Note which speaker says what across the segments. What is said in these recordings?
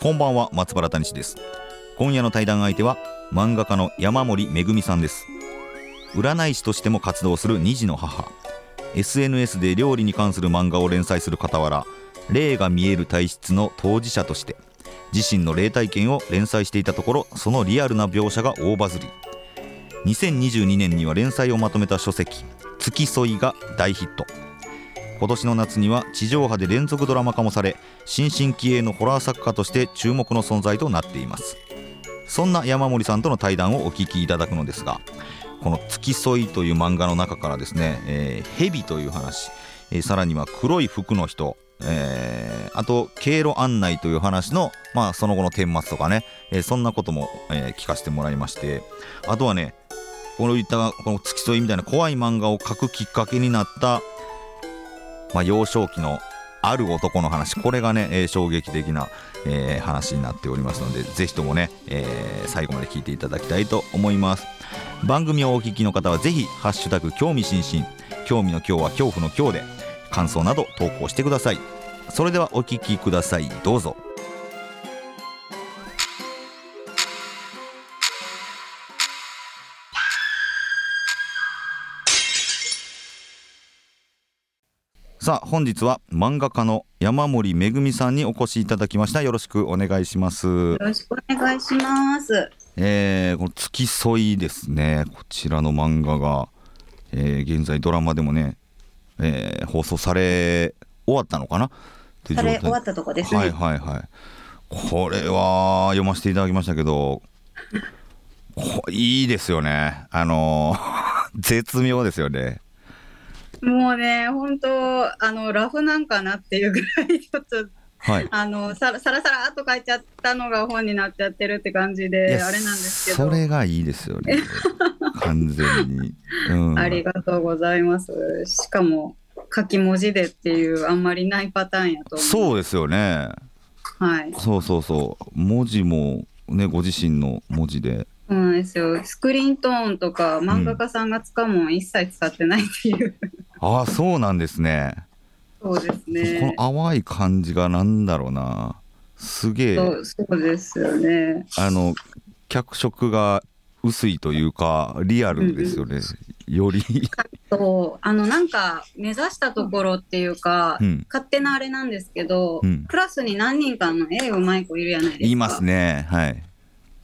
Speaker 1: こんばんは松原谷志です今夜の対談相手は漫画家の山森めぐみさんです占い師としても活動する2児の母 SNS で料理に関する漫画を連載する傍ら霊が見える体質の当事者として自身の霊体験を連載していたところそのリアルな描写が大バズり2022年には連載をまとめた書籍「付き添い」が大ヒット今年の夏には地上波で連続ドラマ化もされ新進気鋭のホラー作家として注目の存在となっていますそんな山森さんとの対談をお聞きいただくのですがこの「付き添い」という漫画の中からですね「えー、蛇」という話、えーさらには「黒い服の人」えーあと「経路案内」という話の、まあ、その後の顛末とかね、えーそんなことも、えー聞かせてもらいましてあとはねこの言ったこの付き添いみたいな怖い漫画を描くきっかけになった、まあ、幼少期のある男の話これがね、えー衝撃的な、えー話になっておりますのでぜひともね、えー最後まで聞いていただきたいと思います番組をお聞きの方はぜひ「ハッシュタグ興味津々」興味の今日は恐怖の今日で感想など投稿してくださいそれではお聞きくださいどうぞさあ本日は漫画家の山森めぐみさんにお越しいただきましたよろしくお願いします
Speaker 2: よろしくお願いします。
Speaker 1: えー、この付き添いですねこちらの漫画が、えー現在ドラマでもね、えー放送され終わったのかなという
Speaker 2: そ
Speaker 1: 状態
Speaker 2: れ終わったとこですね。
Speaker 1: はいはいはいこれは読ませていただきましたけどこいいですよねあのー 絶妙ですよね
Speaker 2: もうね、本当あのラフなんかなっていうぐらいちょっと
Speaker 1: はい
Speaker 2: あのさらさらさらっと書いちゃったのが本になっちゃってるって感じ
Speaker 1: い
Speaker 2: で
Speaker 1: や
Speaker 2: あれなんですけ
Speaker 1: そ
Speaker 2: ど。
Speaker 1: れがいいですよね完全に、うん、
Speaker 2: ありがとうございます。しかも書き文字でっていうあんまりないパターンやと思う。
Speaker 1: そうですよね
Speaker 2: はい。
Speaker 1: そうそうそう文字もねご自身の文字で
Speaker 2: そうなんですよ。スクリーントーンとか漫画家さんが使うもん一切使ってないっていう。
Speaker 1: ああそうなんですね
Speaker 2: そうですね。
Speaker 1: この淡い感じがなんだろうなすげ
Speaker 2: そ
Speaker 1: え
Speaker 2: うそうですよね。
Speaker 1: あの脚色が薄いというかリアルですよね、より
Speaker 2: そうあのなんか目指したところっていうか、
Speaker 1: うん
Speaker 2: 勝手なあれなんですけど、
Speaker 1: うん
Speaker 2: クラスに何人かの絵うまい子いるじゃないですか
Speaker 1: 言いますねはい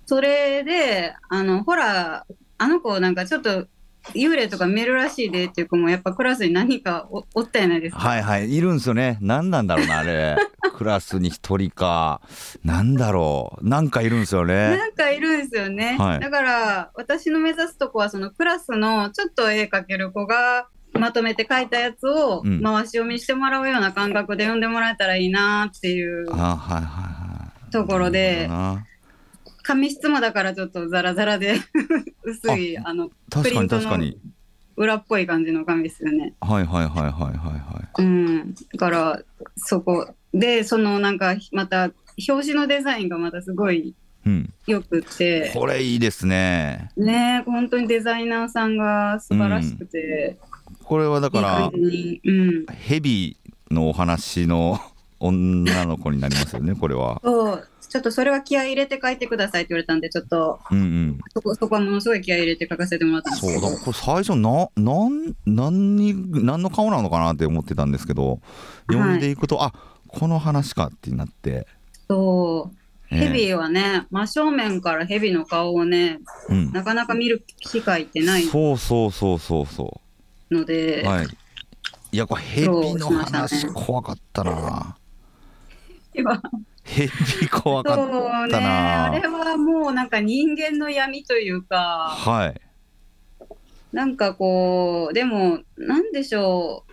Speaker 2: それであのほらあの子なんかちょっと幽霊とか見えるらしいでっていう子もやっぱクラスに何人かおおったじゃないですか、
Speaker 1: はいはいいるんですよね何なんだろうなあれクラスに一人かなんだろうなんかいるんですよね
Speaker 2: なんかいるんですよね、
Speaker 1: はい
Speaker 2: だから私の目指すとこはそのクラスのちょっと絵描ける子がまとめて描いたやつを
Speaker 1: うん
Speaker 2: 回し読みしてもらうような感覚で読んでもらえたらいいなっていう
Speaker 1: あはいはいはい
Speaker 2: ところ
Speaker 1: なる
Speaker 2: で
Speaker 1: ほどな
Speaker 2: 紙質もだからちょっとザラザラで 薄いあの
Speaker 1: 確かに
Speaker 2: プリントの
Speaker 1: 確かに
Speaker 2: 裏っぽい感じの紙ですよね。
Speaker 1: はいはいはいはいはいはい
Speaker 2: うん、だからそこでそのなんかまた表紙のデザインがまたすごい
Speaker 1: うん
Speaker 2: よくって
Speaker 1: これいいですね
Speaker 2: ねえ本当にデザイナーさんが素晴らしくて、
Speaker 1: これはだか
Speaker 2: いい
Speaker 1: ら
Speaker 2: 感じに、うん、
Speaker 1: ヘビのお話の女の子になりますよねこれは
Speaker 2: そうちょっとそれは気合い入れて書いてくださいって言われたんでちょっと
Speaker 1: うんうん
Speaker 2: そこそこはものすごい気合い入れて書かせてもらったんです
Speaker 1: そう
Speaker 2: け
Speaker 1: だ
Speaker 2: ど
Speaker 1: からこれ最初ななん何に何の顔なのかなって思ってたんですけど読んでいくと、あこの話かってなって、
Speaker 2: そう
Speaker 1: え
Speaker 2: ヘビはね真正面からヘビの顔をね
Speaker 1: うん、
Speaker 2: なかなか見る機会ってない
Speaker 1: そうそうそうそうそ
Speaker 2: ので、
Speaker 1: うはいいやこれヘビの
Speaker 2: そうし
Speaker 1: 話
Speaker 2: ました
Speaker 1: 怖かったな
Speaker 2: 今
Speaker 1: ヘビ怖か
Speaker 2: そ
Speaker 1: っ
Speaker 2: う
Speaker 1: た
Speaker 2: ね
Speaker 1: な、
Speaker 2: あれはもうなんか人間の闇というか
Speaker 1: はい
Speaker 2: なんかこうでもなんでしょ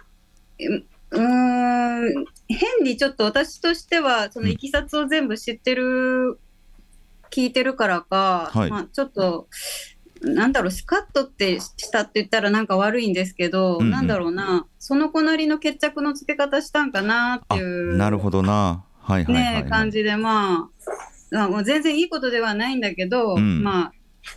Speaker 2: うえうーん変にちょっと私としてはそのいきさつを全部知ってる、聞いてるからか、
Speaker 1: はい
Speaker 2: まあ、ちょっとなんだろうスカッとってしたって言ったらなんか悪いんですけど、
Speaker 1: うんうん
Speaker 2: なんだろうなその子なりの決着のつけ方したんかなって
Speaker 1: あ
Speaker 2: いう
Speaker 1: なるほどなはいはいはい、は
Speaker 2: ね
Speaker 1: い
Speaker 2: 感じでまああもう全然いいことではないんだけど、
Speaker 1: うん
Speaker 2: まあ、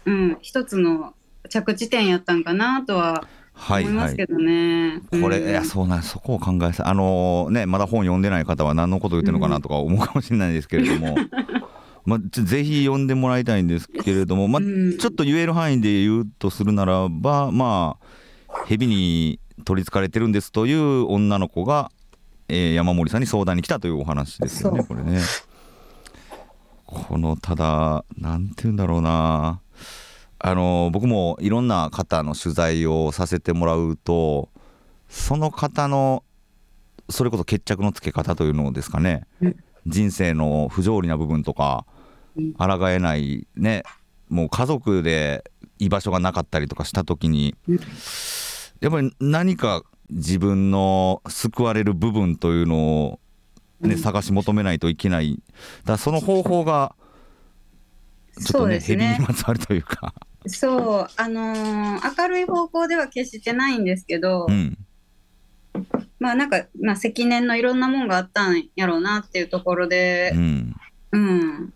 Speaker 2: うん、一つの着地点やったんかなとは
Speaker 1: は
Speaker 2: 思
Speaker 1: い
Speaker 2: いま
Speaker 1: は
Speaker 2: す
Speaker 1: い
Speaker 2: けどね。
Speaker 1: これ、
Speaker 2: うん
Speaker 1: いやそうなんそこを考えさあのーねまだ本読んでない方は何のこと言ってるのかなとか思うかもしれないですけれども、まあ、ちょぜひ読んでもらいたいんですけれども、まあ、
Speaker 2: うん
Speaker 1: ちょっと言える範囲で言うとするならばまあ蛇に取りつかれてるんですという女の子が、えー山森さんに相談に来たというお話ですよね
Speaker 2: そう
Speaker 1: これね。このただなんて言うんだろうなあの僕もいろんな方の取材をさせてもらうとその方のそれこそ決着のつけ方というのですかね、
Speaker 2: うん
Speaker 1: 人生の不条理な部分とか
Speaker 2: うん
Speaker 1: 抗えないねもう家族で居場所がなかったりとかした時に
Speaker 2: うん
Speaker 1: やっぱり何か自分の救われる部分というのを、ね
Speaker 2: うん
Speaker 1: 探し求めないといけないだからその方法がちょっ
Speaker 2: そ
Speaker 1: と
Speaker 2: う
Speaker 1: ね
Speaker 2: です
Speaker 1: ヘビー
Speaker 2: ね
Speaker 1: にまつわるというか。
Speaker 2: そう、あのー明るい方向では決してないんですけど、
Speaker 1: うん
Speaker 2: まあなんか、まあ、積年のいろんなもんがあったんやろうなっていうところで
Speaker 1: う、ん
Speaker 2: うん、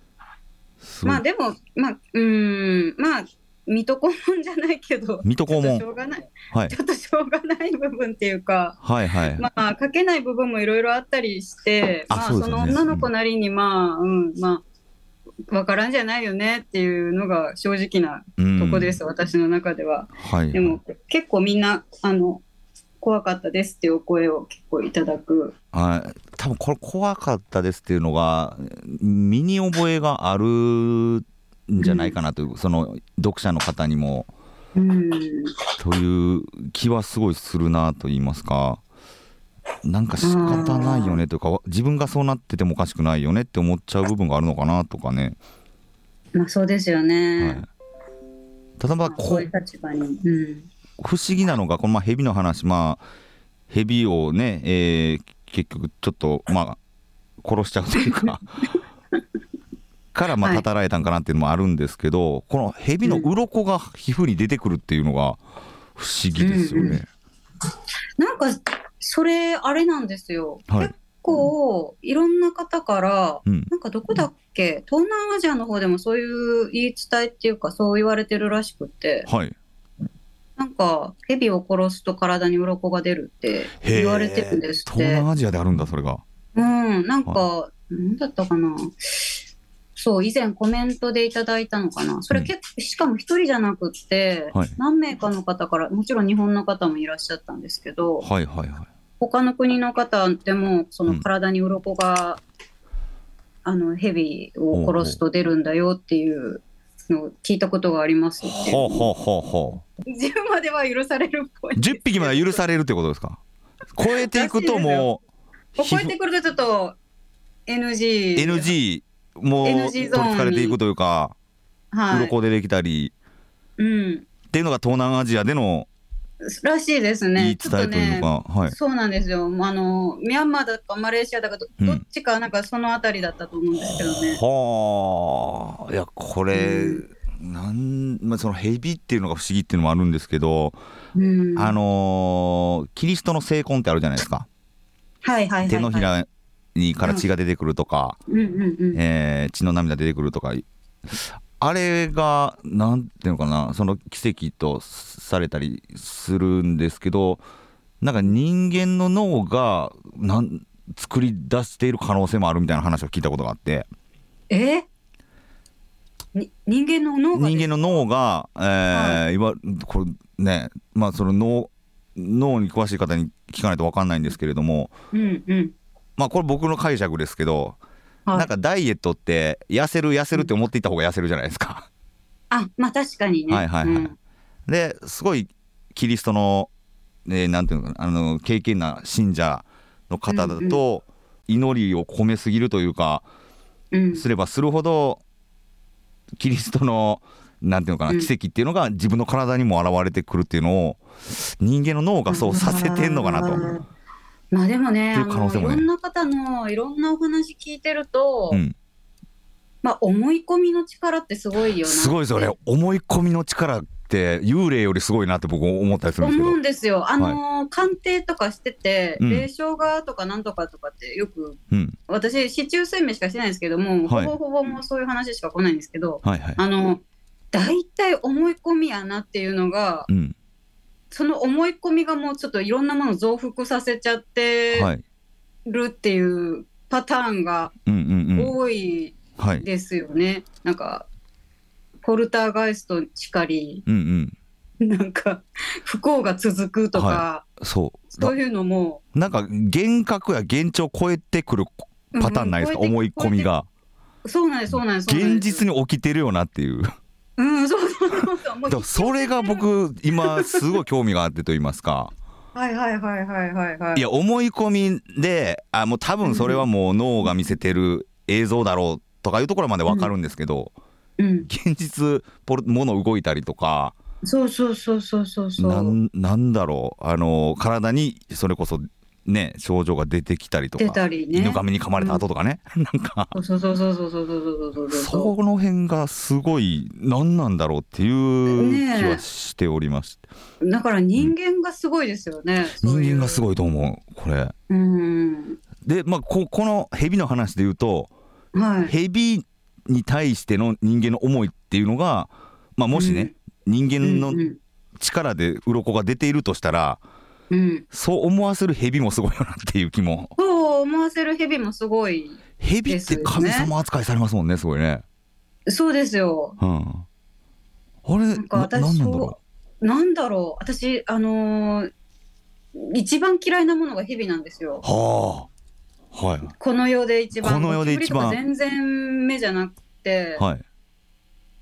Speaker 1: すごい
Speaker 2: まあでも、まあ、うん、まあ、水戸黄門じゃないけど、
Speaker 1: 水戸黄
Speaker 2: ちょっ
Speaker 1: 門
Speaker 2: としょうがない、
Speaker 1: はい
Speaker 2: ちょっとしょうがない部分っていうか、
Speaker 1: はいはい、
Speaker 2: まあ、書けない部分もいろいろあったりして、
Speaker 1: あ
Speaker 2: まあ、
Speaker 1: そう
Speaker 2: そ
Speaker 1: ですよ
Speaker 2: の
Speaker 1: ね
Speaker 2: 女の子なりに、まあ、うん、まあ、わからんじゃないよねっていうのが正直な
Speaker 1: うん
Speaker 2: とこです、私の中では。
Speaker 1: はい
Speaker 2: でも結構みんなあの怖かったですっていうお声を結構いただく。
Speaker 1: はい多分これ怖かったですっていうのが身に覚えがあるんじゃないかなという、その読者の方にも
Speaker 2: うん、
Speaker 1: という気はすごいするなと言いますかなんか仕方ないよねというか自分がそうなっててもおかしくないよねって思っちゃう部分があるのかなとかね、
Speaker 2: まあそうですよね。
Speaker 1: はい、ただまあ
Speaker 2: まあこ
Speaker 1: こ
Speaker 2: ういう立場に。うん。
Speaker 1: 不思議なのがこのまあ蛇の話まあ蛇をね、えー結局ちょっとまあ殺しちゃうという かからまあ
Speaker 2: はい
Speaker 1: たたられたんかなっていうのもあるんですけど、この蛇の鱗が皮膚に出てくるっていうのが不思議ですよね。
Speaker 2: なんかそれあれなんですよ。
Speaker 1: はい
Speaker 2: 結構いろんな方から
Speaker 1: うん
Speaker 2: なんかどこだっけ東南アジアの方でもそういう言い伝えっていうかそう言われてるらしくて
Speaker 1: はい、
Speaker 2: なんか蛇を殺すと体に鱗が出るって言われてるんですって。
Speaker 1: 東南アジアであるんだそれが。
Speaker 2: うん、なんか、なんだったかな。そう、以前コメントでいただいたのかな。それ結構、しかも一人じゃなくって、
Speaker 1: はい
Speaker 2: 何名かの方から、もちろん日本の方もいらっしゃったんですけど、
Speaker 1: はいはいはい。
Speaker 2: 他の国の方でも、そ
Speaker 1: うん
Speaker 2: の体に鱗が、あの、蛇を殺すと出るんだよっていうのを聞いたことがありますっていう。
Speaker 1: ほうほうほうほう。
Speaker 2: 10までは許されるっぽい。
Speaker 1: 10匹まで許されるってことですか。超えていくとも う
Speaker 2: こうやってくるとちょっと NG。
Speaker 1: NG もう
Speaker 2: NG
Speaker 1: 取り
Speaker 2: ゾーンに
Speaker 1: つかれていくというか。
Speaker 2: はい。
Speaker 1: 鱗出てきたり
Speaker 2: うん。
Speaker 1: っていうのが東南アジアでの
Speaker 2: らしいです
Speaker 1: 言
Speaker 2: ね。
Speaker 1: い伝えというの
Speaker 2: ちょっ
Speaker 1: か、はい
Speaker 2: とね、そうなんですよ。まああのミャンマーだかマレーシアだかど,、
Speaker 1: うん
Speaker 2: どっちかなんかそのあたりだったと思うんですけどね。
Speaker 1: はあいやこれ、なんまあ、そのヘビっていうのが不思議っていうのもあるんですけど、
Speaker 2: うん、
Speaker 1: あのーキリストの聖婚ってあるじゃないですか、
Speaker 2: はいはいはい、はい、
Speaker 1: 手のひらにから血が出てくるとか、
Speaker 2: うんうんうん。
Speaker 1: えー血の涙出てくるとかあれがなんていうのかなその奇跡とされたりするんですけどなんか人間の脳がなん作り出している可能性もあるみたいな話を聞いたことがあって
Speaker 2: えに人間の脳が
Speaker 1: 人間の脳が、えーいわこれねまあその脳脳に詳しい方に聞かないと分かんないんですけれども
Speaker 2: うんうん。
Speaker 1: まあこれ僕の解釈ですけど、
Speaker 2: はい
Speaker 1: なんかダイエットって痩せる痩せるって思っていった方が痩せるじゃないですか。
Speaker 2: あまあ確かにね。
Speaker 1: はいはいはい
Speaker 2: うん
Speaker 1: ですごいキリストの、えーなんていうのかなあの敬虔な信者の方だと、祈りを込めすぎるというか
Speaker 2: うん
Speaker 1: すればするほどキリストのなんていうのかな、
Speaker 2: うん
Speaker 1: 奇跡っていうのが自分の体にも現れてくるっていうのを人間の脳がそうさせてんのかなと。
Speaker 2: まあでもね
Speaker 1: っていう可能性もね
Speaker 2: あのいろんな方のいろんなお話聞いてると、
Speaker 1: うん、
Speaker 2: まあ思い込みの力ってすごいよな
Speaker 1: すごいですよね思い込みの力って幽霊よりすごいなって僕思ったりするんですけ
Speaker 2: 思
Speaker 1: ど
Speaker 2: うんですよ。あのー鑑定とかしてて、
Speaker 1: うん
Speaker 2: 霊障がとかなんとかとかってよく
Speaker 1: うん
Speaker 2: 私市中生命しかしてないんですけども、
Speaker 1: はい
Speaker 2: ほぼほぼもうそういう話しか来ないんですけど、
Speaker 1: はいはい
Speaker 2: あの大体思い込みやなっていうのが
Speaker 1: うん
Speaker 2: その思い込みがもうちょっといろんなものを増幅させちゃって
Speaker 1: はい
Speaker 2: るっていうパターンが
Speaker 1: うんうんうん
Speaker 2: 多い
Speaker 1: はい
Speaker 2: ですよね。なんかポルターガイストしかり
Speaker 1: うんうん
Speaker 2: なんか不幸が続くとか、
Speaker 1: はそうだ
Speaker 2: そういうのも。
Speaker 1: なんか幻覚や幻聴を超えてくるパターンないですか、
Speaker 2: うんうん
Speaker 1: 思い込み。が
Speaker 2: そうなんです、そうなんです。そうなん
Speaker 1: 現
Speaker 2: です
Speaker 1: 実。に起きてるよなっていう
Speaker 2: うん、そうそうそうそう。もう
Speaker 1: だからそれが。僕今すごい興味があってと言いますか
Speaker 2: はいはいはいはいはいはいい。
Speaker 1: や思い込みであもう多分それはもう脳が見せてる映像だろうとかいうところまでわかるんですけど、
Speaker 2: うん、
Speaker 1: 現実ポル物動いたりとか
Speaker 2: そうそうそうそうそうそ
Speaker 1: な
Speaker 2: う。
Speaker 1: んなんだろうあの体にそれこそね症状が出てきたりと
Speaker 2: 出
Speaker 1: か、
Speaker 2: たりね。
Speaker 1: 犬髪に噛まれた後とかね、 なんか
Speaker 2: そうそうそうそうそうそうそうそうそう
Speaker 1: その辺がすごい何なんだろうっていう
Speaker 2: ねえ
Speaker 1: 気はしております、
Speaker 2: だから人間がすごいですよね。そうい
Speaker 1: 人
Speaker 2: う
Speaker 1: 間がすごいと思うこれ
Speaker 2: うん。
Speaker 1: でまあここの蛇の話で言うと
Speaker 2: はい。
Speaker 1: 蛇に対しての人間の思いっていうのがまあもしね、人間
Speaker 2: うんう
Speaker 1: の
Speaker 2: ん
Speaker 1: 力で鱗が出ているとしたら、
Speaker 2: うん。
Speaker 1: そう思わせる蛇もすごいよなっていう気も
Speaker 2: そう思わせる蛇もすごい。
Speaker 1: 蛇って神様扱いされますもんねすごいね
Speaker 2: そうですよ。
Speaker 1: うんあれ
Speaker 2: なんか
Speaker 1: な
Speaker 2: 私
Speaker 1: なんなんだろ
Speaker 2: なんだろう。私あのー一番嫌いなものが蛇なんですよ
Speaker 1: う。はあはい
Speaker 2: この世で一番
Speaker 1: この世で一番
Speaker 2: ゴキブリとか全然目じゃなくて、
Speaker 1: はい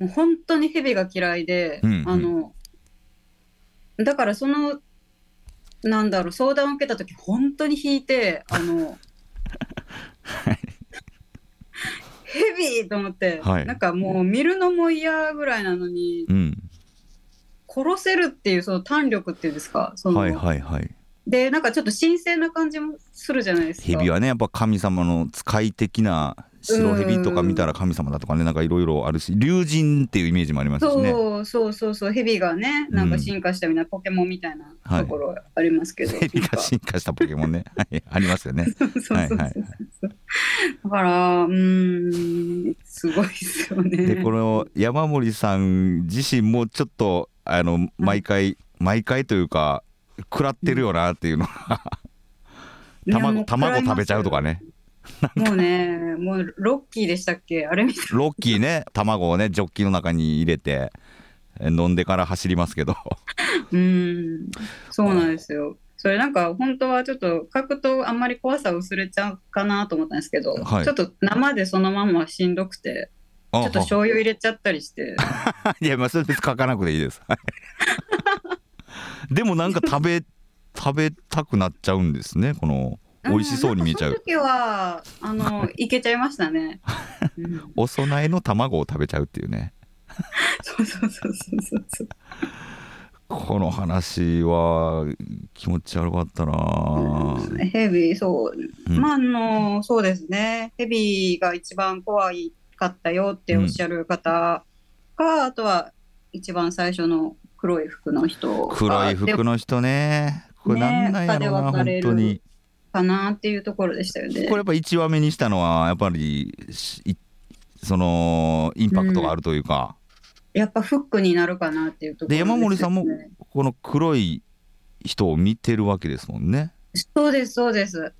Speaker 2: もう本当に蛇が嫌いで、
Speaker 1: うんうん
Speaker 2: あのだからそのなんだろう相談を受けた時本当に引いてあの蛇と思って、
Speaker 1: はい
Speaker 2: なんかもう見るのも嫌ぐらいなのに
Speaker 1: うん
Speaker 2: 殺せるっていうその胆力っていうんですかその、
Speaker 1: はいはいはい
Speaker 2: でなんかちょっと神聖な感じもするじゃないですか。
Speaker 1: 蛇はねやっぱ神様の使い的な白蛇とか見たら神様だとかねなんかいろいろあるし竜神っていうイメージもありますしね
Speaker 2: そうそうそうそう、蛇がね、なんか進化したみたいな、ポケモンみたいなところありますけど。
Speaker 1: 蛇
Speaker 2: なんか
Speaker 1: が進化したポケモンねはいありますよね
Speaker 2: そうそうそうそう
Speaker 1: はいはい
Speaker 2: だから、うーん、すごいですよね。
Speaker 1: でこの山森さん自身もちょっとあの毎回毎回というか食らってるよなっていうの
Speaker 2: いや
Speaker 1: 卵
Speaker 2: もう食らいます
Speaker 1: 卵食べちゃうとかね
Speaker 2: もうね、もうロッキーでしたっけ、あれみたい
Speaker 1: ロッキーね卵をねジョッキの中に入れてえ飲んでから走りますけど
Speaker 2: な。うーん、そうなんですよ。それなんか本当はちょっと書くとあんまり怖さ薄れちゃうかなと思ったんですけど、
Speaker 1: はい
Speaker 2: ちょっと生でそのまましんどくて
Speaker 1: ち
Speaker 2: ちょっと醤油入れちゃったりして
Speaker 1: いやまあそれ別に書かなくていいです。はい でもなんか食べ食べたくなっちゃうんですねこの 美味しそうに見えちゃ
Speaker 2: ん
Speaker 1: うん
Speaker 2: なかその時はあのいけちゃいましたね。 うん
Speaker 1: お供えの卵を食べちゃうっていうね
Speaker 2: そうそうそうそうそうそう。
Speaker 1: この話は気持ち悪かったな、
Speaker 2: ヘビそう、
Speaker 1: うん
Speaker 2: まああのそうですね。ヘビが一番怖いかったよっておっしゃる方が、あとは一番最初の黒い服の人が
Speaker 1: 黒い服の人ねこれなんなんやろな、
Speaker 2: ね他で
Speaker 1: 本
Speaker 2: 別れる
Speaker 1: 当に
Speaker 2: かなっていうところでしたよね。
Speaker 1: これやっぱ1話目にしたのはやっぱりしいそのインパクトがあるというか、
Speaker 2: やっぱフックになるかなっていうところ
Speaker 1: で
Speaker 2: よね
Speaker 1: 山森さんもこの黒い人を見てるわけですもんね
Speaker 2: そうですそうです。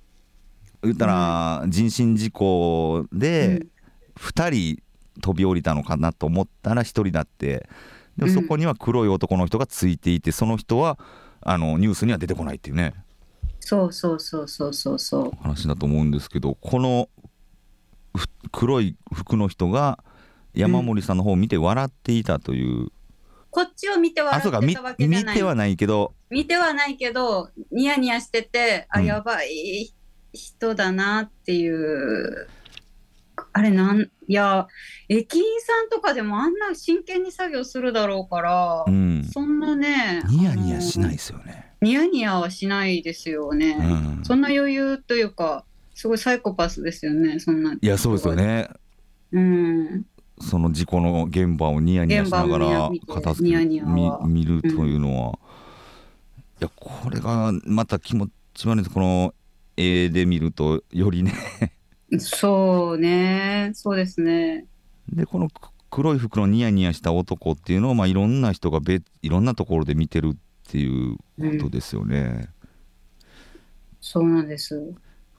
Speaker 1: 言ったら人身事故
Speaker 2: うん
Speaker 1: で2人飛び降りたのかなと思ったら1人だってでもそこには黒い男の人がついていてその人はあのニュースには出てこないっていうね
Speaker 2: そうそうそうそうそうそう。
Speaker 1: 話だと思うんですけどこのふ黒い服の人が山森さんの方を見て笑っていたという、
Speaker 2: こっちを見て笑
Speaker 1: あ
Speaker 2: っ
Speaker 1: そうか
Speaker 2: て
Speaker 1: み
Speaker 2: たわけじゃ
Speaker 1: 見
Speaker 2: ない。
Speaker 1: てはないけど
Speaker 2: 見てはないけどニヤニヤしててあ
Speaker 1: うん
Speaker 2: やばい人だなっていう、あれなんいや駅員さんとかでもあんな真剣に作業するだろうから、
Speaker 1: うん
Speaker 2: そんなね
Speaker 1: ニヤニヤしない
Speaker 2: い
Speaker 1: ですよね
Speaker 2: ニヤニヤはしないですよね。
Speaker 1: うん
Speaker 2: そんな余裕というか、すごいサイコパスですよね、そんな。
Speaker 1: いやそうですよ。ね
Speaker 2: うん。
Speaker 1: その事故の現場をニヤニヤしながら
Speaker 2: 現場を
Speaker 1: 片付
Speaker 2: ニ
Speaker 1: け
Speaker 2: ヤ
Speaker 1: る
Speaker 2: ニヤ見てニヤニヤは
Speaker 1: 見見るというのは、いやこれがまた気持ち悪いですこの絵で見るとよりね
Speaker 2: そうね、そうですね。
Speaker 1: でこのく黒い服のニヤニヤした男っていうのを、まあ、いろんな人がべいろんなところで見てるっていうことですよね。
Speaker 2: そうなんです。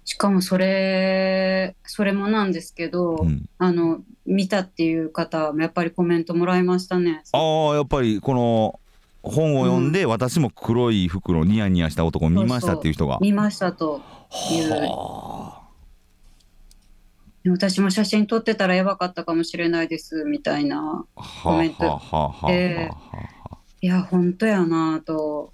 Speaker 2: しかもそれ、それもなんですけど、
Speaker 1: うん
Speaker 2: あの、見たっていう方もやっぱりコメントもらいましたね。
Speaker 1: ああやっぱりこの本を読んで、私も黒い服のニヤニヤした男を見ましたっていう人が。
Speaker 2: 見ましたと。そう
Speaker 1: はあ
Speaker 2: 私も写真撮ってたらやばかったかもしれないです、みたいな。
Speaker 1: はあ
Speaker 2: コ
Speaker 1: は
Speaker 2: メント
Speaker 1: あはあはあはあ
Speaker 2: えいや、本当やなぁと、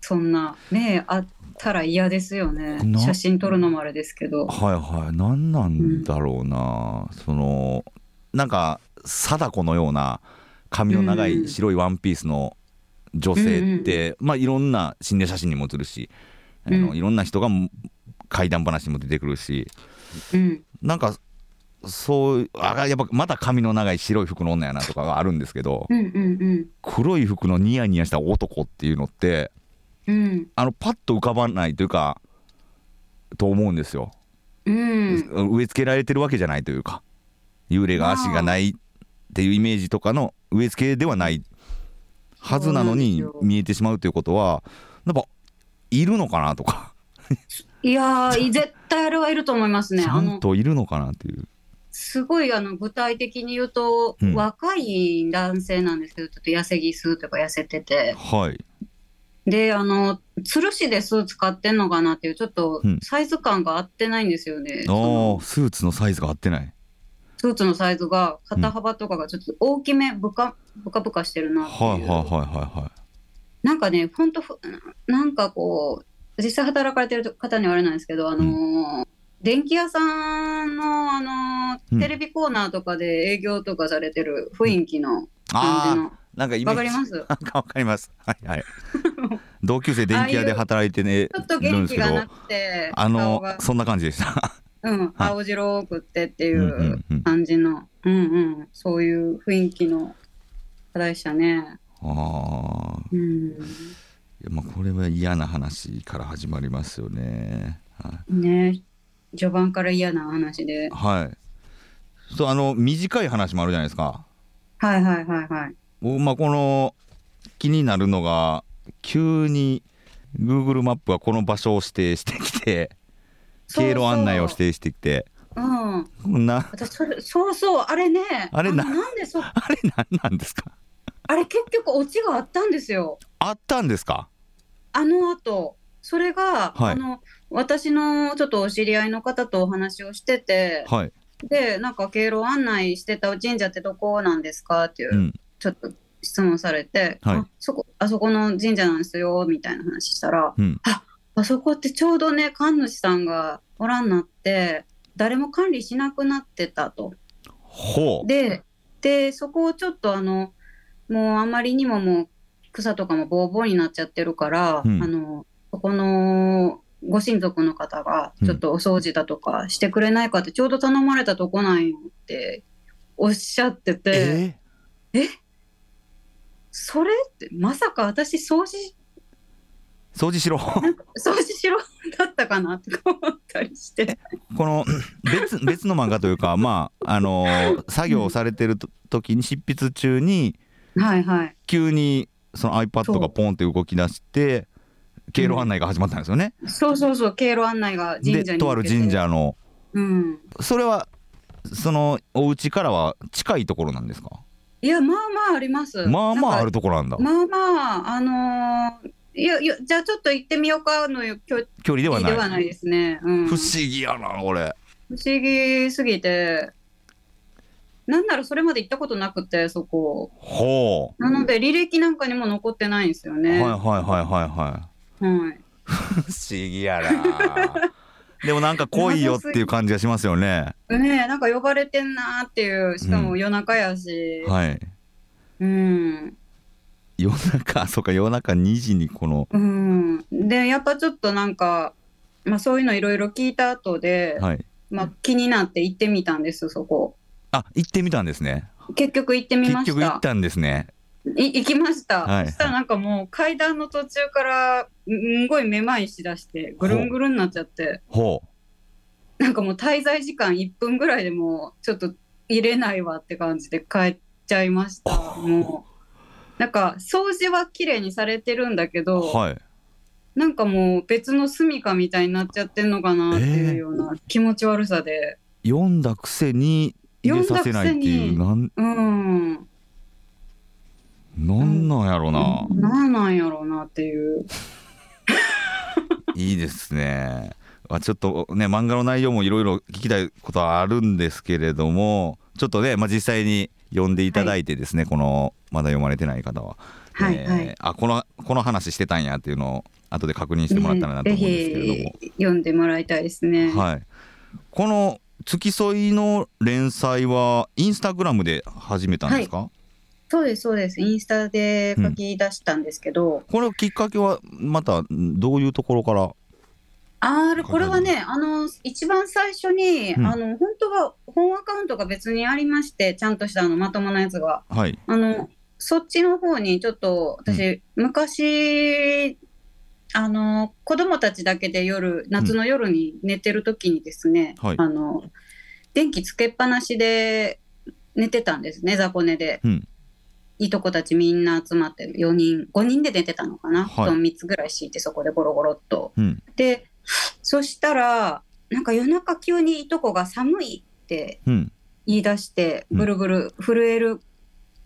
Speaker 2: そんな、ねあったら嫌ですよね
Speaker 1: な。
Speaker 2: 写真撮るのもあれですけど。
Speaker 1: はいはい何なんだろうな、そのなんか貞子のような髪の長
Speaker 2: うんう
Speaker 1: い
Speaker 2: ん
Speaker 1: 白いワンピースの女性って、まあいろんな心霊写真にも映るし、あ
Speaker 2: う
Speaker 1: の
Speaker 2: ん
Speaker 1: いろんな人が怪談話にも出てくるし
Speaker 2: うん。
Speaker 1: なんかそういうあやっぱまだ髪の長い白い服の女やなとかがあるんですけど
Speaker 2: うんうん
Speaker 1: 黒い服のニヤニヤした男っていうのって
Speaker 2: うん。うん。
Speaker 1: あのパッと浮かばないというかと思うんですよ。
Speaker 2: うん。
Speaker 1: 植え付けられてるわけじゃないというか幽霊が足がないっていうイメージとかの植え付けではないはずなのに
Speaker 2: そうなんですよ
Speaker 1: 見えてしまうということはやっぱいるのかなとか
Speaker 2: いやー、絶対あれはいると思いますね。
Speaker 1: ちゃ
Speaker 2: あ
Speaker 1: ん
Speaker 2: の、
Speaker 1: といるのかなっていう
Speaker 2: すごいあの具体的に言うと、
Speaker 1: うん
Speaker 2: 若い男性なんですけど、ちょっと痩せぎすというか痩せてて。
Speaker 1: はい
Speaker 2: で、あの、つるしでスーツ買ってんのかなっていう、ちょっと
Speaker 1: うん
Speaker 2: サイズ感が合ってないんですよね。
Speaker 1: あ
Speaker 2: その
Speaker 1: ースーツのサイズが合ってない
Speaker 2: スーツのサイズが肩幅とかがちょっと大きめ、ぶかぶかぶかしてるなっていう、
Speaker 1: はいはいはいはいはい
Speaker 2: なんかねほんとふなんかこう実際働かれてる方にはあれなんですけどあのー電気屋さんの、あのー
Speaker 1: うん
Speaker 2: テレビコーナーとかで営業とかされてる雰囲気の感じ
Speaker 1: あ
Speaker 2: の、
Speaker 1: ーなんかイメ
Speaker 2: わ
Speaker 1: ー
Speaker 2: かり
Speaker 1: ジ
Speaker 2: ますち
Speaker 1: なんかわかりますはいはい同級生電気屋で働いてね
Speaker 2: ょっと
Speaker 1: いるんで
Speaker 2: 元
Speaker 1: す
Speaker 2: 気
Speaker 1: け
Speaker 2: が
Speaker 1: ど
Speaker 2: なくて
Speaker 1: あ
Speaker 2: 顔
Speaker 1: の
Speaker 2: が、
Speaker 1: そんな感じでした
Speaker 2: うん、青白くてってい
Speaker 1: うんうん
Speaker 2: う
Speaker 1: うん
Speaker 2: 感じの、うんうん、そういう雰囲気の課題でしたね。
Speaker 1: ああ
Speaker 2: うん
Speaker 1: いやまあこれは嫌な話から始まりますよね。は
Speaker 2: ね序盤から嫌な話で
Speaker 1: い。はい、そうあの短い話もあるじゃないですか。
Speaker 2: はいはいはいはい。
Speaker 1: 僕まあこの気になるのが急に Google マップがこの場所を指定してきて
Speaker 2: そう
Speaker 1: 経
Speaker 2: そう
Speaker 1: 路案内を指。定してきて
Speaker 2: うん。
Speaker 1: な
Speaker 2: 私それそうそうあれね。
Speaker 1: あれな
Speaker 2: のなんでそ
Speaker 1: あれ何なんですか
Speaker 2: あれ結局オチがあったんですよ。
Speaker 1: あったんですか
Speaker 2: あの後それが、
Speaker 1: はい
Speaker 2: あの私のちょっとお知り合いの方とお話をしてて、
Speaker 1: はい、
Speaker 2: でなんか経路案内してた神社ってどこなんですかっていう、
Speaker 1: うん、
Speaker 2: ちょっと質問されて、
Speaker 1: はい
Speaker 2: あそこあそこの神社なんですよみたいな話したら、
Speaker 1: うん
Speaker 2: ああそこってちょうどね神主さんがおらんなって誰も管理しなくなってたと。
Speaker 1: ほう
Speaker 2: ででそこをちょっとあのもうあまりにももう草とかもボーボーになっちゃってるから、
Speaker 1: うん
Speaker 2: あのそこのご親族の方がちょっとお掃除だとかしてくれないかってちょうど頼まれたとこなんよっておっしゃってて。
Speaker 1: え
Speaker 2: それってまさか私掃除
Speaker 1: ー掃除 しろ
Speaker 2: 掃除しろだったかなとか思った りして
Speaker 1: この別別の漫画というかまああのー作業をされてると時に執筆中に
Speaker 2: はいはい
Speaker 1: 急にその iPad
Speaker 2: そ
Speaker 1: が
Speaker 2: う
Speaker 1: ポンって動き出して経路案内が始まったんですよね。
Speaker 2: そうそうそう経路案内が神社に
Speaker 1: でとあ
Speaker 2: 行
Speaker 1: る
Speaker 2: けて
Speaker 1: 神社の
Speaker 2: うん
Speaker 1: それはそのお家からは近いところなんですか、
Speaker 2: いやまあまああります
Speaker 1: まあまああ
Speaker 2: る
Speaker 1: るところなんだ、
Speaker 2: まあまああのーいやいやじゃあちょっと行ってみようかのよ距
Speaker 1: 距離では
Speaker 2: 離
Speaker 1: ない
Speaker 2: ではないですね、うん、
Speaker 1: 不思議やな俺
Speaker 2: 不思議すぎてなんならそれまで行ったことなくてそこ
Speaker 1: ほう、
Speaker 2: なので履歴なんかにも残ってないんですよね
Speaker 1: はいはいはいはいは
Speaker 2: はい
Speaker 1: い不思議や なでもなんか濃いよっていう感じがしますよね
Speaker 2: ねえなんか呼ばれてんなーっていうしかも夜中やし、
Speaker 1: はい
Speaker 2: うん
Speaker 1: 夜中そうか夜中2時にこの
Speaker 2: うん、でやっぱちょっとなんか、まあ、そういうのいろいろ聞いた後で、
Speaker 1: はい
Speaker 2: まあ、気になって行ってみたんですそこ
Speaker 1: あ行ってみたんですね
Speaker 2: 結局行ってみま
Speaker 1: 結
Speaker 2: し
Speaker 1: 局行ったたんですね
Speaker 2: い行きました、
Speaker 1: はい
Speaker 2: そしたらなんかもう階段の途中からうんごいめまいしだしてぐるんぐるんになっちゃって
Speaker 1: ほう
Speaker 2: なんかもう滞在時間1分ぐらいでもうちょっと入れないわって感じで帰っちゃいましたもうなんか掃除は綺麗にされてるんだけど、
Speaker 1: はい
Speaker 2: なんかもう別の住処みたいになっちゃってんのかなっていうような気持ち悪さで、
Speaker 1: 読んだくせに入れさせないっていう
Speaker 2: 読ん
Speaker 1: なん
Speaker 2: うん
Speaker 1: なんなんやろな、
Speaker 2: なんなんやろうなっていう
Speaker 1: いいですねあちょっとね漫画の内容もいろいろ聞きたいことはあるんですけれどもちょっとね、まあ、実際に読んでいただいてですね、このまだ読まれてない方は、
Speaker 2: はい
Speaker 1: えー
Speaker 2: はい、
Speaker 1: あこのこの話してたんやっていうのを後で確認してもらったらなと
Speaker 2: ぜ
Speaker 1: 思うんですけれども、
Speaker 2: ひ読んでもらいたいですね、
Speaker 1: はい、この「付き添い」の連載はインスタグラムで始めたんですか、
Speaker 2: そうですそうですインスタで書き出したんですけど、
Speaker 1: これきっかけはまたどういうところから
Speaker 2: あーこれはねあの一番最初に、
Speaker 1: うん
Speaker 2: あの本当は本アカウントが別にありましてちゃんとしたあのまともなやつが
Speaker 1: はい
Speaker 2: あのそっちの方にちょっと私、昔あの子供たちだけで夜夏の夜に寝てる時にですね、
Speaker 1: はい
Speaker 2: あの電気つけっぱなしで寝てたんですね雑魚寝で、
Speaker 1: うん
Speaker 2: いとこたちみんな集まって4人5人で寝てたのかな、
Speaker 1: はい
Speaker 2: 布団3つぐらい敷いてそこでゴロゴロっと
Speaker 1: うん
Speaker 2: でそしたらなんか夜中急にいとこが寒いって
Speaker 1: うん
Speaker 2: 言い出して
Speaker 1: うん
Speaker 2: ぐるぐる震える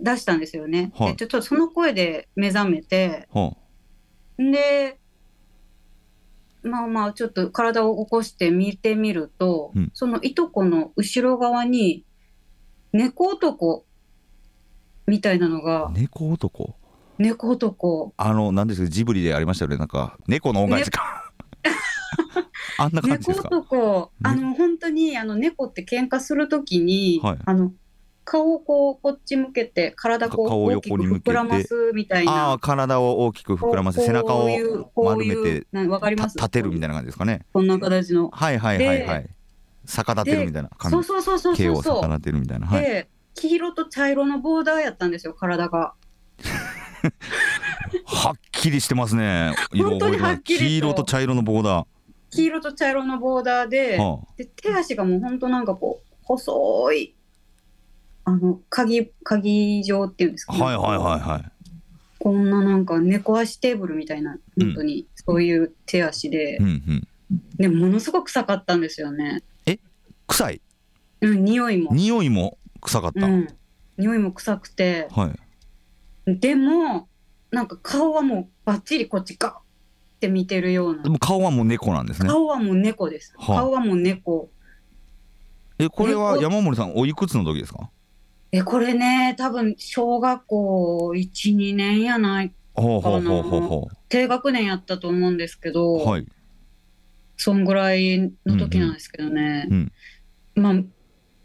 Speaker 2: 出したんですよね。
Speaker 1: はい
Speaker 2: でちょっとその声で目覚めて
Speaker 1: は
Speaker 2: でまあまあちょっと体を起こして見てみると、
Speaker 1: うん
Speaker 2: そのいとこの後ろ側に猫男みたいなの
Speaker 1: あ
Speaker 2: が
Speaker 1: 猫男
Speaker 2: 猫男
Speaker 1: あの何ですかジブリでありましたよねなんか猫の恩返しか、 あんな感じ
Speaker 2: 猫
Speaker 1: ですか
Speaker 2: 男あの本当にあの猫って喧嘩するときに、
Speaker 1: はい
Speaker 2: あの顔をこうこっち向けて体こう
Speaker 1: か顔を
Speaker 2: 大きく
Speaker 1: 横に向けて
Speaker 2: 膨らますみたい
Speaker 1: あ
Speaker 2: な
Speaker 1: あ体を大きく膨らませ
Speaker 2: こ
Speaker 1: て背
Speaker 2: う
Speaker 1: 中を
Speaker 2: こういう
Speaker 1: 丸め
Speaker 2: こういう
Speaker 1: て
Speaker 2: なんわかり
Speaker 1: た
Speaker 2: ます
Speaker 1: 立てるみたい
Speaker 2: な
Speaker 1: な感じですかね
Speaker 2: こんな形の
Speaker 1: はいはいはいはい逆立てるみたいな
Speaker 2: そ
Speaker 1: 感
Speaker 2: う
Speaker 1: じ
Speaker 2: そうそうそう
Speaker 1: 毛
Speaker 2: そう
Speaker 1: を
Speaker 2: そ
Speaker 1: 逆
Speaker 2: う
Speaker 1: 立てるみたいなはい
Speaker 2: で黄色と茶色のボーダーやったんですよ体が
Speaker 1: はっきりしてますね色
Speaker 2: 本当
Speaker 1: 覚え
Speaker 2: に
Speaker 1: てま
Speaker 2: は
Speaker 1: す
Speaker 2: っきりと
Speaker 1: 黄色と茶色のボーダ
Speaker 2: 黄色と茶色のボーダーで
Speaker 1: ーは
Speaker 2: で手足がもうほんとなんかこう細いあの鍵鍵状っていうんです
Speaker 1: あ
Speaker 2: かね、
Speaker 1: はいはいはいはい
Speaker 2: こんななんか猫足テーブルみたいな
Speaker 1: うん
Speaker 2: 本当にそういう手足で、
Speaker 1: うんうん
Speaker 2: でものすごく臭かったんですよね、
Speaker 1: 臭い
Speaker 2: うん、匂いも、
Speaker 1: 匂いも臭かっ
Speaker 2: う
Speaker 1: た、
Speaker 2: ん、匂いも臭くて
Speaker 1: はい
Speaker 2: でもなんか顔はもうバッチリこっちガッって見てるような
Speaker 1: でも顔はもう猫なんですね
Speaker 2: 顔はもう猫です、
Speaker 1: はあ
Speaker 2: 顔はもう猫
Speaker 1: えこれは山森さんおいくつの時ですか
Speaker 2: えこれね多分小学校12年やない
Speaker 1: ほうほうほうほうほ
Speaker 2: 低学年やったと思うんですけど、
Speaker 1: うはい
Speaker 2: そんぐらいの時なんですけどね、
Speaker 1: うん
Speaker 2: まあ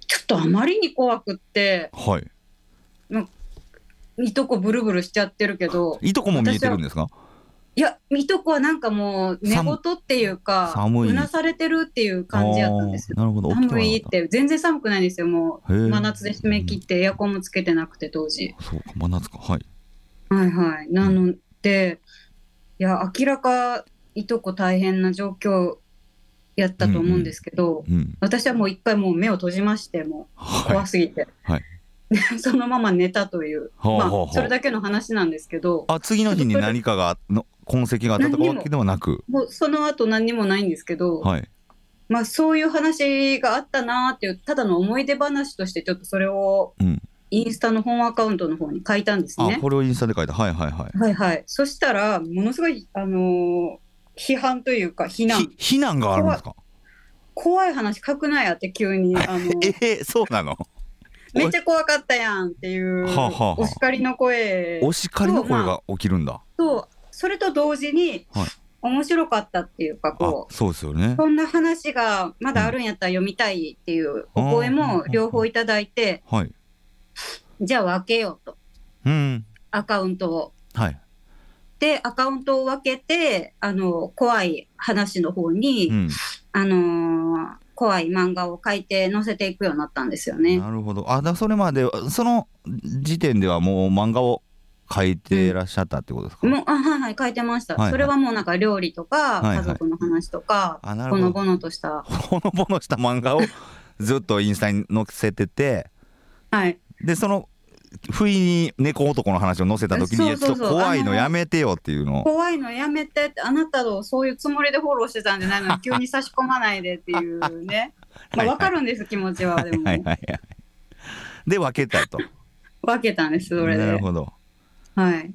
Speaker 2: ちょっとあまりに怖くって
Speaker 1: はい
Speaker 2: いとこブルブルしちゃってるけど
Speaker 1: いとこも見えてるんですか
Speaker 2: いやいとこはなんかもう寝言っていうか
Speaker 1: 寒いう
Speaker 2: なされてるっていう感じやったんです
Speaker 1: あーなるほど起きても
Speaker 2: 寒
Speaker 1: ら
Speaker 2: いって全然寒くないんですよも
Speaker 1: へ
Speaker 2: う
Speaker 1: ー
Speaker 2: 真夏で締め切ってエアコンもつけてなくて当時
Speaker 1: そうか真夏かはい
Speaker 2: はいはいなのでいや明らかいとこ大変な状況やったと思うんですけど、
Speaker 1: うん
Speaker 2: 私はもう一回もう目を閉じましてもう
Speaker 1: はい
Speaker 2: 怖すぎて、
Speaker 1: はい
Speaker 2: で そのまま寝たという
Speaker 1: ほう
Speaker 2: ま
Speaker 1: ほう
Speaker 2: あ
Speaker 1: ほ
Speaker 2: それ
Speaker 1: う
Speaker 2: だけの話なんですけど
Speaker 1: あ次の日に何かがの痕跡があったとかわけではなく
Speaker 2: もうその後何にもないんですけど、
Speaker 1: はい
Speaker 2: まあ、そういう話があったなーっていうただの思い出話としてちょっとそれを
Speaker 1: うん
Speaker 2: インスタの本アカウントの方に書いたんです
Speaker 1: あ
Speaker 2: ね。
Speaker 1: これをインスタで書いたはいはいはい
Speaker 2: はいはい、そしたらものすごい、あのー批判というか非難
Speaker 1: ひ避難があるんですか
Speaker 2: 怖い話書くなやって急に、あの
Speaker 1: えー、そうなの
Speaker 2: めっちゃ怖かったやんっていう
Speaker 1: はあはあはあ
Speaker 2: お叱りの声
Speaker 1: お叱りの声が起きるんだ、
Speaker 2: とそれと同時に
Speaker 1: はい
Speaker 2: 面白かったっていうか
Speaker 1: あ
Speaker 2: こう
Speaker 1: そうですよね
Speaker 2: そんな話がまだあるんやったら読みたいっていうお声も両方いただいて
Speaker 1: はい
Speaker 2: じゃあ分けようと
Speaker 1: うん
Speaker 2: アカウントを
Speaker 1: はい。
Speaker 2: でアカウントを分けてあの怖い話の方に、
Speaker 1: うん。
Speaker 2: あのー怖い漫画を書いて載せていくようになったんですよね。
Speaker 1: なるほど。あ、だからそれまではその時点ではもう漫画を書いてらっしゃったってことですか。
Speaker 2: もうあはいはい書いてました、
Speaker 1: はいはい
Speaker 2: それはもうなんか料理とか、
Speaker 1: はいはい
Speaker 2: 家族の話とか、
Speaker 1: あ、なる
Speaker 2: ほ
Speaker 1: ほ
Speaker 2: の
Speaker 1: ど。
Speaker 2: ぼのとした、
Speaker 1: ほのぼのした漫画をずっとインスタに載せてて、
Speaker 2: はい、
Speaker 1: でその不意に猫男の話を載せた時にい
Speaker 2: え
Speaker 1: や
Speaker 2: そう
Speaker 1: ち
Speaker 2: そ
Speaker 1: ょっ
Speaker 2: うそう
Speaker 1: と怖いの
Speaker 2: あの
Speaker 1: やめてよっていうのを。
Speaker 2: 怖いのやめてってあなたをそういうつもりでフォローしてたんじゃな いのに急に差し込まないでっていうね、まあ、分かるんです気持ちはでも、
Speaker 1: はいはいはい。で分けたと。
Speaker 2: 分けたんですそれ
Speaker 1: な
Speaker 2: で
Speaker 1: る。ほど。
Speaker 2: はい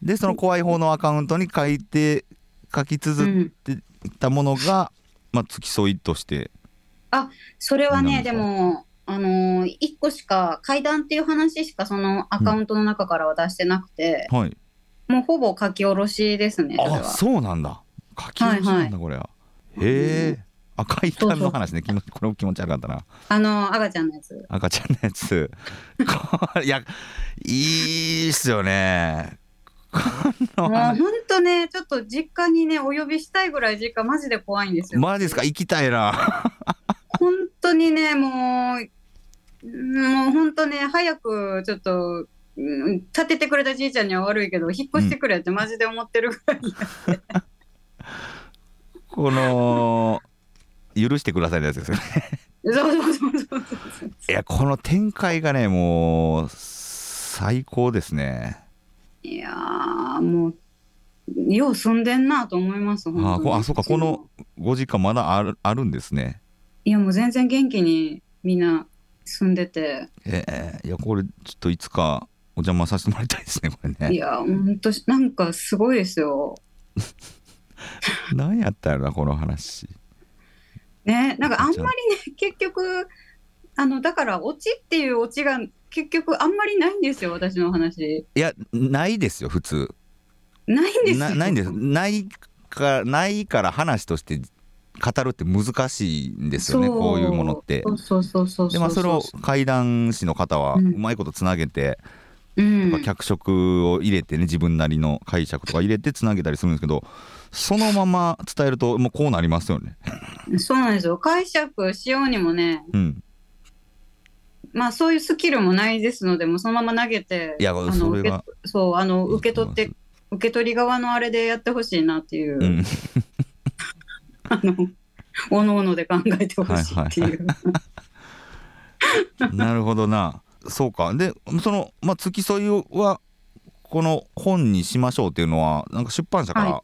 Speaker 1: でその怖い方のアカウントに書いて書き
Speaker 2: う
Speaker 1: 綴
Speaker 2: ん、
Speaker 1: ったものが、まあ付き添いとして。
Speaker 2: それは
Speaker 1: な
Speaker 2: ね
Speaker 1: んか
Speaker 2: でもあのー、1個しか階段っていう話しかそのアカウントの中からは出してなくて、
Speaker 1: はい。
Speaker 2: もうほぼ書き下ろしですねそれ
Speaker 1: あ
Speaker 2: は。
Speaker 1: そうなんだ。書き直しなんだこれは。へえ。赤い
Speaker 2: そうそう
Speaker 1: の話ね。気持ちこれも気持ち悪かったな。
Speaker 2: あの赤ちゃんのやつ。
Speaker 1: 赤ちゃんのやつこ いやいいっすよね
Speaker 2: も
Speaker 1: こ
Speaker 2: う
Speaker 1: の
Speaker 2: 本当ね、ちょっと実家にね、お呼びしたいぐらい実家マジで怖いんですよ。
Speaker 1: マジですか行きたいな
Speaker 2: 本当にね、もう、もう本当ね、早くちょっと、うん建ててくれたじいちゃんには悪いけど、引っ越してくれってマジで思ってるぐら い。
Speaker 1: この許してくださいのやつですよね
Speaker 2: そうそうそうそうそう。
Speaker 1: いやこの展開がねもう最高ですね
Speaker 2: いやー、もう、よう住んでんなと思います、本当に
Speaker 1: あこあそうかこの。5時間まだあるあるんですね
Speaker 2: いや、もう全然元気にみんな住んでて、
Speaker 1: ええいやこれちょっといつかお邪魔させてもらいたいですねこれ
Speaker 2: い
Speaker 1: ね
Speaker 2: や、本当なんかすごいですよ。
Speaker 1: 何やったやろなこの話
Speaker 2: ね、なんかあんまり
Speaker 1: じゃ
Speaker 2: ね
Speaker 1: あ
Speaker 2: 結局あのだからオチっていうオチが結局あんまりないんですよ私の話
Speaker 1: いやないですよ普通
Speaker 2: ないんですよ
Speaker 1: なないんですないかないから話として語るって難しいんですよね
Speaker 2: そう
Speaker 1: こういうものって
Speaker 2: そうそうそうそうう
Speaker 1: でまあそれを怪談師の方は
Speaker 2: う
Speaker 1: うんまいことつなげて、
Speaker 2: うん
Speaker 1: まあ脚色を入れてね自分なりの解釈とか入れてつなげたりするんですけどそのまま伝えるともうこうなりますよね
Speaker 2: そうなんですよ解釈しようにもね
Speaker 1: うん
Speaker 2: まあそういうスキルもないですのでもうそのまま投げて
Speaker 1: いや
Speaker 2: あの
Speaker 1: それ
Speaker 2: 受け
Speaker 1: が
Speaker 2: そうあの受け取って
Speaker 1: いいと
Speaker 2: 受け取り側のあれでやってほしいなっていう、
Speaker 1: 思います
Speaker 2: あのおのおので考えてほしいっていう、
Speaker 1: はい うん、なるほどなそうかでその、まあ、付き添いはこの本にしましょうっていうのはなんか出版社から、
Speaker 2: は
Speaker 1: あ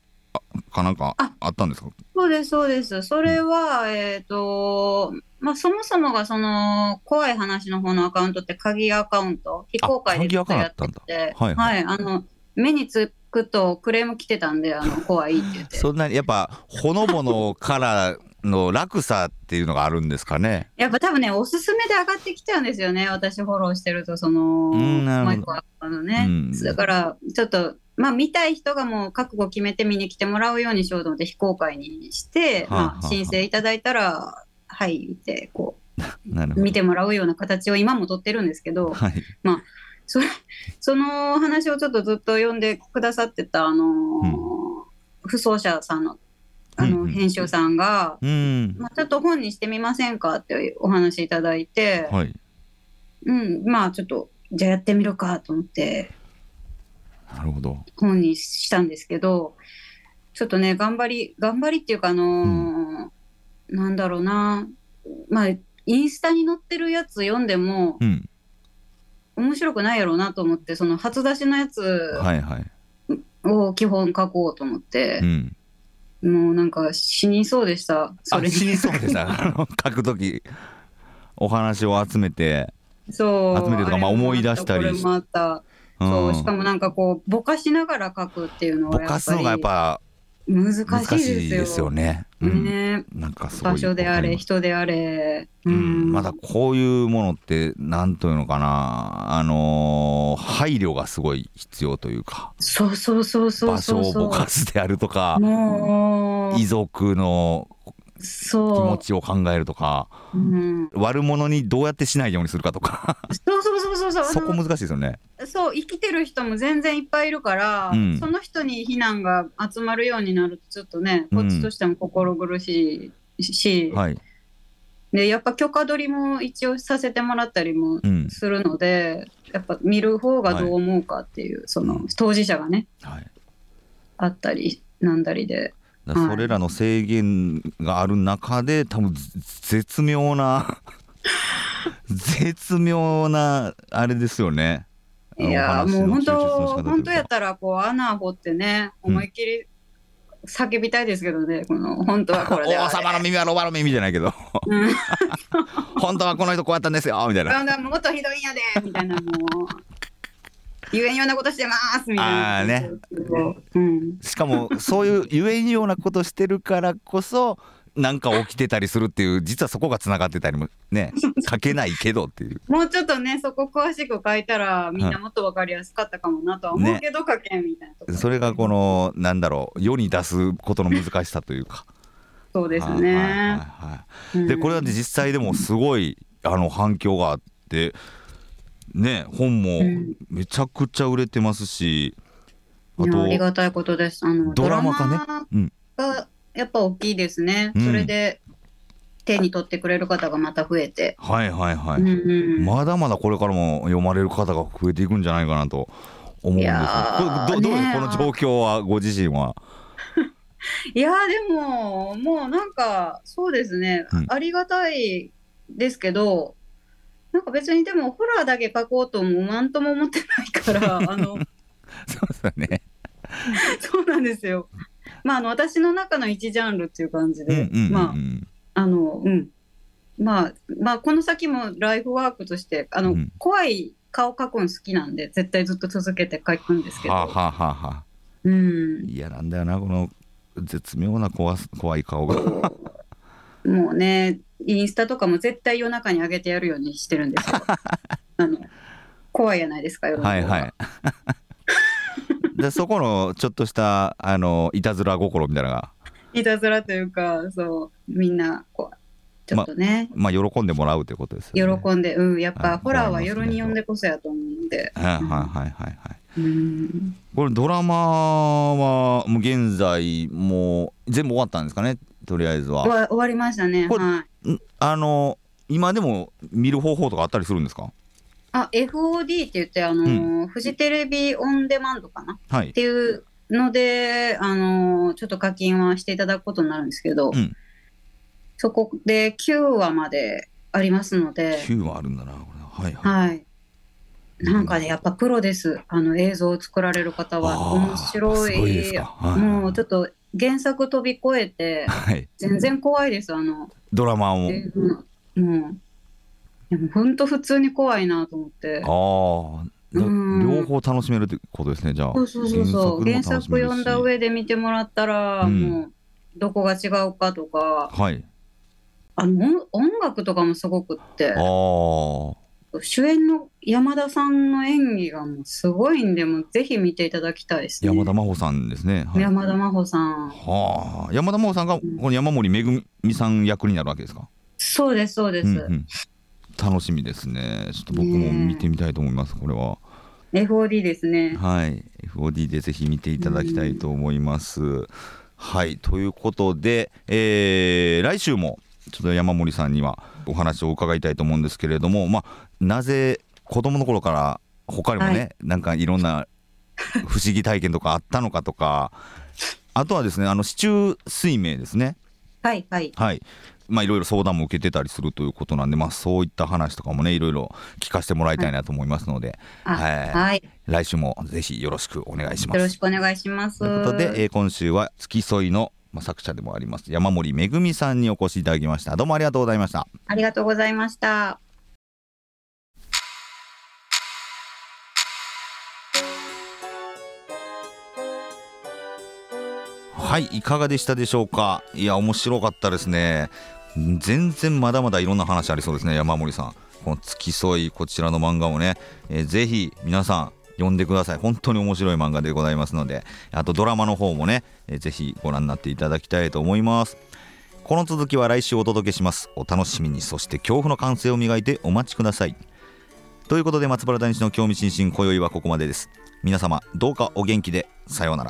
Speaker 1: かなんか
Speaker 2: あ
Speaker 1: あったんですか
Speaker 2: そうです、そうです。それは、えっ、と、まあ、そもそもが、その、怖い話の方のアカウントって、鍵アカウント、非公開でずっとやってて、
Speaker 1: 鍵アカウントだったんだ
Speaker 2: あの、目につくとクレーム来てたんで、あの、怖いって言って。
Speaker 1: そんなにやっぱほのぼのからの落差っていうのがあるんですかね。
Speaker 2: やっぱ多分ね、おすすめで上がってきちゃうんですよね、私フォローしてると、その、
Speaker 1: うんなるほど
Speaker 2: マイクアップのね。
Speaker 1: うん
Speaker 2: だから、ちょっと、まあ、見たい人がもう覚悟決めて見に来てもらうようにしようと思って、非公開にして、
Speaker 1: はあはあ
Speaker 2: まあ、申請いただいたら、はい、って、こう。
Speaker 1: なるほど。
Speaker 2: 見てもらうような形を今も取ってるんですけど
Speaker 1: はい。
Speaker 2: それその話をちょっとずっと読んでくださってた、あのー不走者さんのあ
Speaker 1: うん
Speaker 2: の
Speaker 1: うん
Speaker 2: 編集さんが、
Speaker 1: うん。
Speaker 2: まあ、ちょっと本にしてみませんかってお話いただいて、
Speaker 1: はい。
Speaker 2: うん、まあちょっとじゃあやってみるかと思って
Speaker 1: なるほど。
Speaker 2: 本にしたんですけどちょっとね頑張り頑張りっていうかあのーなんだろうなまあインスタに載ってるやつ読んでも、
Speaker 1: うん。
Speaker 2: 面白くないやろうなと思ってその初出しのやつ
Speaker 1: はいはい。
Speaker 2: を基本書こうと思って
Speaker 1: う、ん。
Speaker 2: もうなんか死にそうでしたそれ
Speaker 1: あ
Speaker 2: に
Speaker 1: 死にそうでした。あの書くときお話を集めて。
Speaker 2: そう
Speaker 1: 集めてとかまあ
Speaker 2: れも
Speaker 1: 思い出したり
Speaker 2: これもあった、
Speaker 1: うん
Speaker 2: そうしかもなんかこうぼかしながら書くっていうのは
Speaker 1: ぼ
Speaker 2: やっ
Speaker 1: かすのがやっぱ
Speaker 2: ぱり難
Speaker 1: 難
Speaker 2: し
Speaker 1: し
Speaker 2: い
Speaker 1: い
Speaker 2: で
Speaker 1: ですす
Speaker 2: よ
Speaker 1: よ
Speaker 2: ね
Speaker 1: ね。うん。なんかすごい。
Speaker 2: 場所であれ人であれ
Speaker 1: うん、まだこういうものって何というのかなあのー配慮がすごい必要というか
Speaker 2: そうそうそうそう
Speaker 1: 場所
Speaker 2: そう
Speaker 1: を
Speaker 2: そ
Speaker 1: ぼ
Speaker 2: う
Speaker 1: かすであるとか
Speaker 2: も
Speaker 1: 遺族の
Speaker 2: う
Speaker 1: 気
Speaker 2: そ
Speaker 1: 持
Speaker 2: う
Speaker 1: ちを考えるとか
Speaker 2: うん、
Speaker 1: 悪者にどうやってしないようにするかとか
Speaker 2: そうそうそうそうそ う
Speaker 1: そこ難しいですよね。
Speaker 2: そう生きてる人も全然いっぱいいるから、
Speaker 1: うん
Speaker 2: その人に避難が集まるようになるとちょっとねこっちとしても心苦しいし、
Speaker 1: はい、
Speaker 2: でやっぱ許可取りも一応させてもらったりも
Speaker 1: うん
Speaker 2: するので、やっぱ見る方がどう思うかっていう、その当事者がね
Speaker 1: はい、
Speaker 2: あったりなんだりで
Speaker 1: だからそれらの制限がある中で多分ぜ絶妙な 絶妙なあれですよね。あ
Speaker 2: い
Speaker 1: の
Speaker 2: や
Speaker 1: お話
Speaker 2: もう
Speaker 1: の抽出
Speaker 2: 本
Speaker 1: の仕
Speaker 2: 当
Speaker 1: 方というか
Speaker 2: 本当やったらこう穴掘ってね
Speaker 1: うん
Speaker 2: 思いっきり叫びたいですけどね、この本当はこれであ
Speaker 1: 王
Speaker 2: れ
Speaker 1: 様の耳はロバの耳じゃないけど
Speaker 2: うん
Speaker 1: 本当はこの人こうやったんですよみたいな。
Speaker 2: ガンガンもっとひどいんやでみたいなもう言えんようなことしてますみたいな
Speaker 1: あーね
Speaker 2: うん、
Speaker 1: しかもそういうゆえんようなことしてるからこそなんか起きてたりするっていう実はそこがつながってたりも ね書けないけどっていう
Speaker 2: もうちょっとねそこ詳しく書いたらみんなもっと分かりやすかったかもなとは思うけど、書けんみたいなとこ
Speaker 1: それがこのなんだろう世に出すことの難しさというか。
Speaker 2: そうです
Speaker 1: はいはいはい
Speaker 2: ね、
Speaker 1: は
Speaker 2: う
Speaker 1: い
Speaker 2: ん
Speaker 1: でこれはね実際でもすごいあの反響があってね本も
Speaker 2: うん
Speaker 1: めちゃくちゃ売れてますし、
Speaker 2: いやあり
Speaker 1: あと
Speaker 2: がたいことですあの
Speaker 1: ド
Speaker 2: ド
Speaker 1: ラ
Speaker 2: ラ
Speaker 1: マ
Speaker 2: マ
Speaker 1: 化ねうん
Speaker 2: がやっぱ大きいですね、
Speaker 1: うん
Speaker 2: それで手に取ってくれる方がまた増えて、
Speaker 1: はいはいはい、
Speaker 2: うんうん
Speaker 1: まだまだこれからも読まれる方が増えていくんじゃないかなと思うんです
Speaker 2: い
Speaker 1: よ
Speaker 2: やー
Speaker 1: これどどうです
Speaker 2: ねえ
Speaker 1: この状況はご自身はい
Speaker 2: やーでももうなんかそうですね、
Speaker 1: うん
Speaker 2: ありがたいですけどなんか別にでもホラーだけ書こうともなんとも思ってないから あ
Speaker 1: そう
Speaker 2: の
Speaker 1: ですよね
Speaker 2: そうなんですよ。まああの私の中の一ジャンルっていう感じ
Speaker 1: うん
Speaker 2: で、
Speaker 1: うんうん、
Speaker 2: まああのうんまあまあこの先もライフワークとしてあの、
Speaker 1: うん
Speaker 2: 怖い顔描くの好きなんで絶対ずっと続けて書くんですけど、
Speaker 1: はあ、はあはあはあ
Speaker 2: うん
Speaker 1: いやなんだよなこの絶妙な怖す怖い顔が
Speaker 2: もうね、インスタとかも絶対夜中に上げてやるようにしてる んですよ。あの怖いやないですか、夜の方
Speaker 1: はいはい でそこのちょっとしたあのいたずら心みたいなのが
Speaker 2: いたずらというか、そう、みんなこう、ちょっとね、
Speaker 1: まあ喜んでもらうということですよね。
Speaker 2: 喜んで、うん、やっ
Speaker 1: あ
Speaker 2: ぱホラーは夜に
Speaker 1: 思いますね
Speaker 2: 呼んでこそやと思うんで。
Speaker 1: はいはいはいはいはい。
Speaker 2: うん
Speaker 1: これドラマはもう現在もう全部終わったんですかねとりあえず
Speaker 2: 終
Speaker 1: は。
Speaker 2: わ終わりましたね。
Speaker 1: これ
Speaker 2: はい。
Speaker 1: んあの今でも見る方法とかあったりするんですか
Speaker 2: あ、FOD って言って、あのーフジテレビオンデマンドかなっ
Speaker 1: はい。
Speaker 2: ていうので、あのーちょっと課金はしていただくことになるんですけど、
Speaker 1: うん
Speaker 2: そこで9話までありますので。
Speaker 1: 9はあるんだなこれはいはい。
Speaker 2: はい。なんかね、やっぱプロです。あの映像を作られる方は
Speaker 1: あー
Speaker 2: 面白い。
Speaker 1: すごいですか。はい
Speaker 2: もうちょっと原作飛び越えて、
Speaker 1: はい。
Speaker 2: 全然怖いです。あの、
Speaker 1: ドラマを。
Speaker 2: 映画もう、でも本当普通に怖いなと思って。
Speaker 1: ああ。だ
Speaker 2: うん
Speaker 1: 両方楽しめるってことですねじゃあ。
Speaker 2: そうそうそうそう。原作
Speaker 1: も楽しめるし
Speaker 2: 読んだ上で見てもらったら、
Speaker 1: うん
Speaker 2: もうどこが違うかとか、
Speaker 1: はい。
Speaker 2: あの音音楽とかもすごくって
Speaker 1: あ、あ。
Speaker 2: 主演の山田さんの演技がもうすごいんで、もうぜひ見ていただきたいですね。
Speaker 1: 山田真帆さんですね。はい
Speaker 2: 山田真帆さん。
Speaker 1: はあ、山田真帆さんがこの山森めぐみさん役になるわけですか。
Speaker 2: そうです、そうです。
Speaker 1: うんうん楽しみですね。ちょっと僕も見てみたいと思います。これは。
Speaker 2: FOD ですね。
Speaker 1: はい。FOD でぜひ見ていただきたいと思います。はい。ということで、えー来週もちょっと山森さんにはお話を伺いたいと思うんですけれども、まあ、なぜ子供の頃から他にもね、
Speaker 2: は
Speaker 1: なんかいろんな不思議体験とかあったのかとか、あとはですね、あの、市中水明ですね。
Speaker 2: はい、はい。
Speaker 1: はい。まあいろいろ相談も受けてたりするということなんで、まあそういった話とかもね、いろいろ聞かせてもらいたいなと思いますので、
Speaker 2: あ
Speaker 1: はい
Speaker 2: はい。
Speaker 1: 来週もぜひよろしくお願いしま
Speaker 2: よろ
Speaker 1: す。
Speaker 2: しくお願いします。
Speaker 1: ということで、えー今週は付き添いの、まあ、作者でもあります山森めぐみさんにお越しいただきました。どうもありがとうございました。
Speaker 2: ありがとうございました。
Speaker 1: はい、いかがでしたでしょうか。いや、面白かったですね。全然まだまだいろんな話ありそうですね、山森さん。この付き添い、こちらの漫画をね、えーぜひ皆さん読んでください。本当に面白い漫画でございますので、あとドラマの方もね、えーぜひご覧になっていただきたいと思います。この続きは来週お届けします。お楽しみに、そして恐怖の感性を磨いてお待ちください。ということで松原谷氏の興味津々今宵はここまでです皆様どうかお元気でさような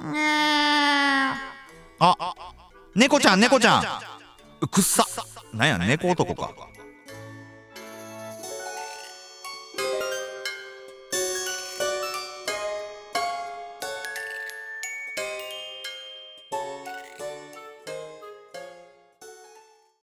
Speaker 1: らあ猫ちゃん猫ちゃんくっさなんや猫男か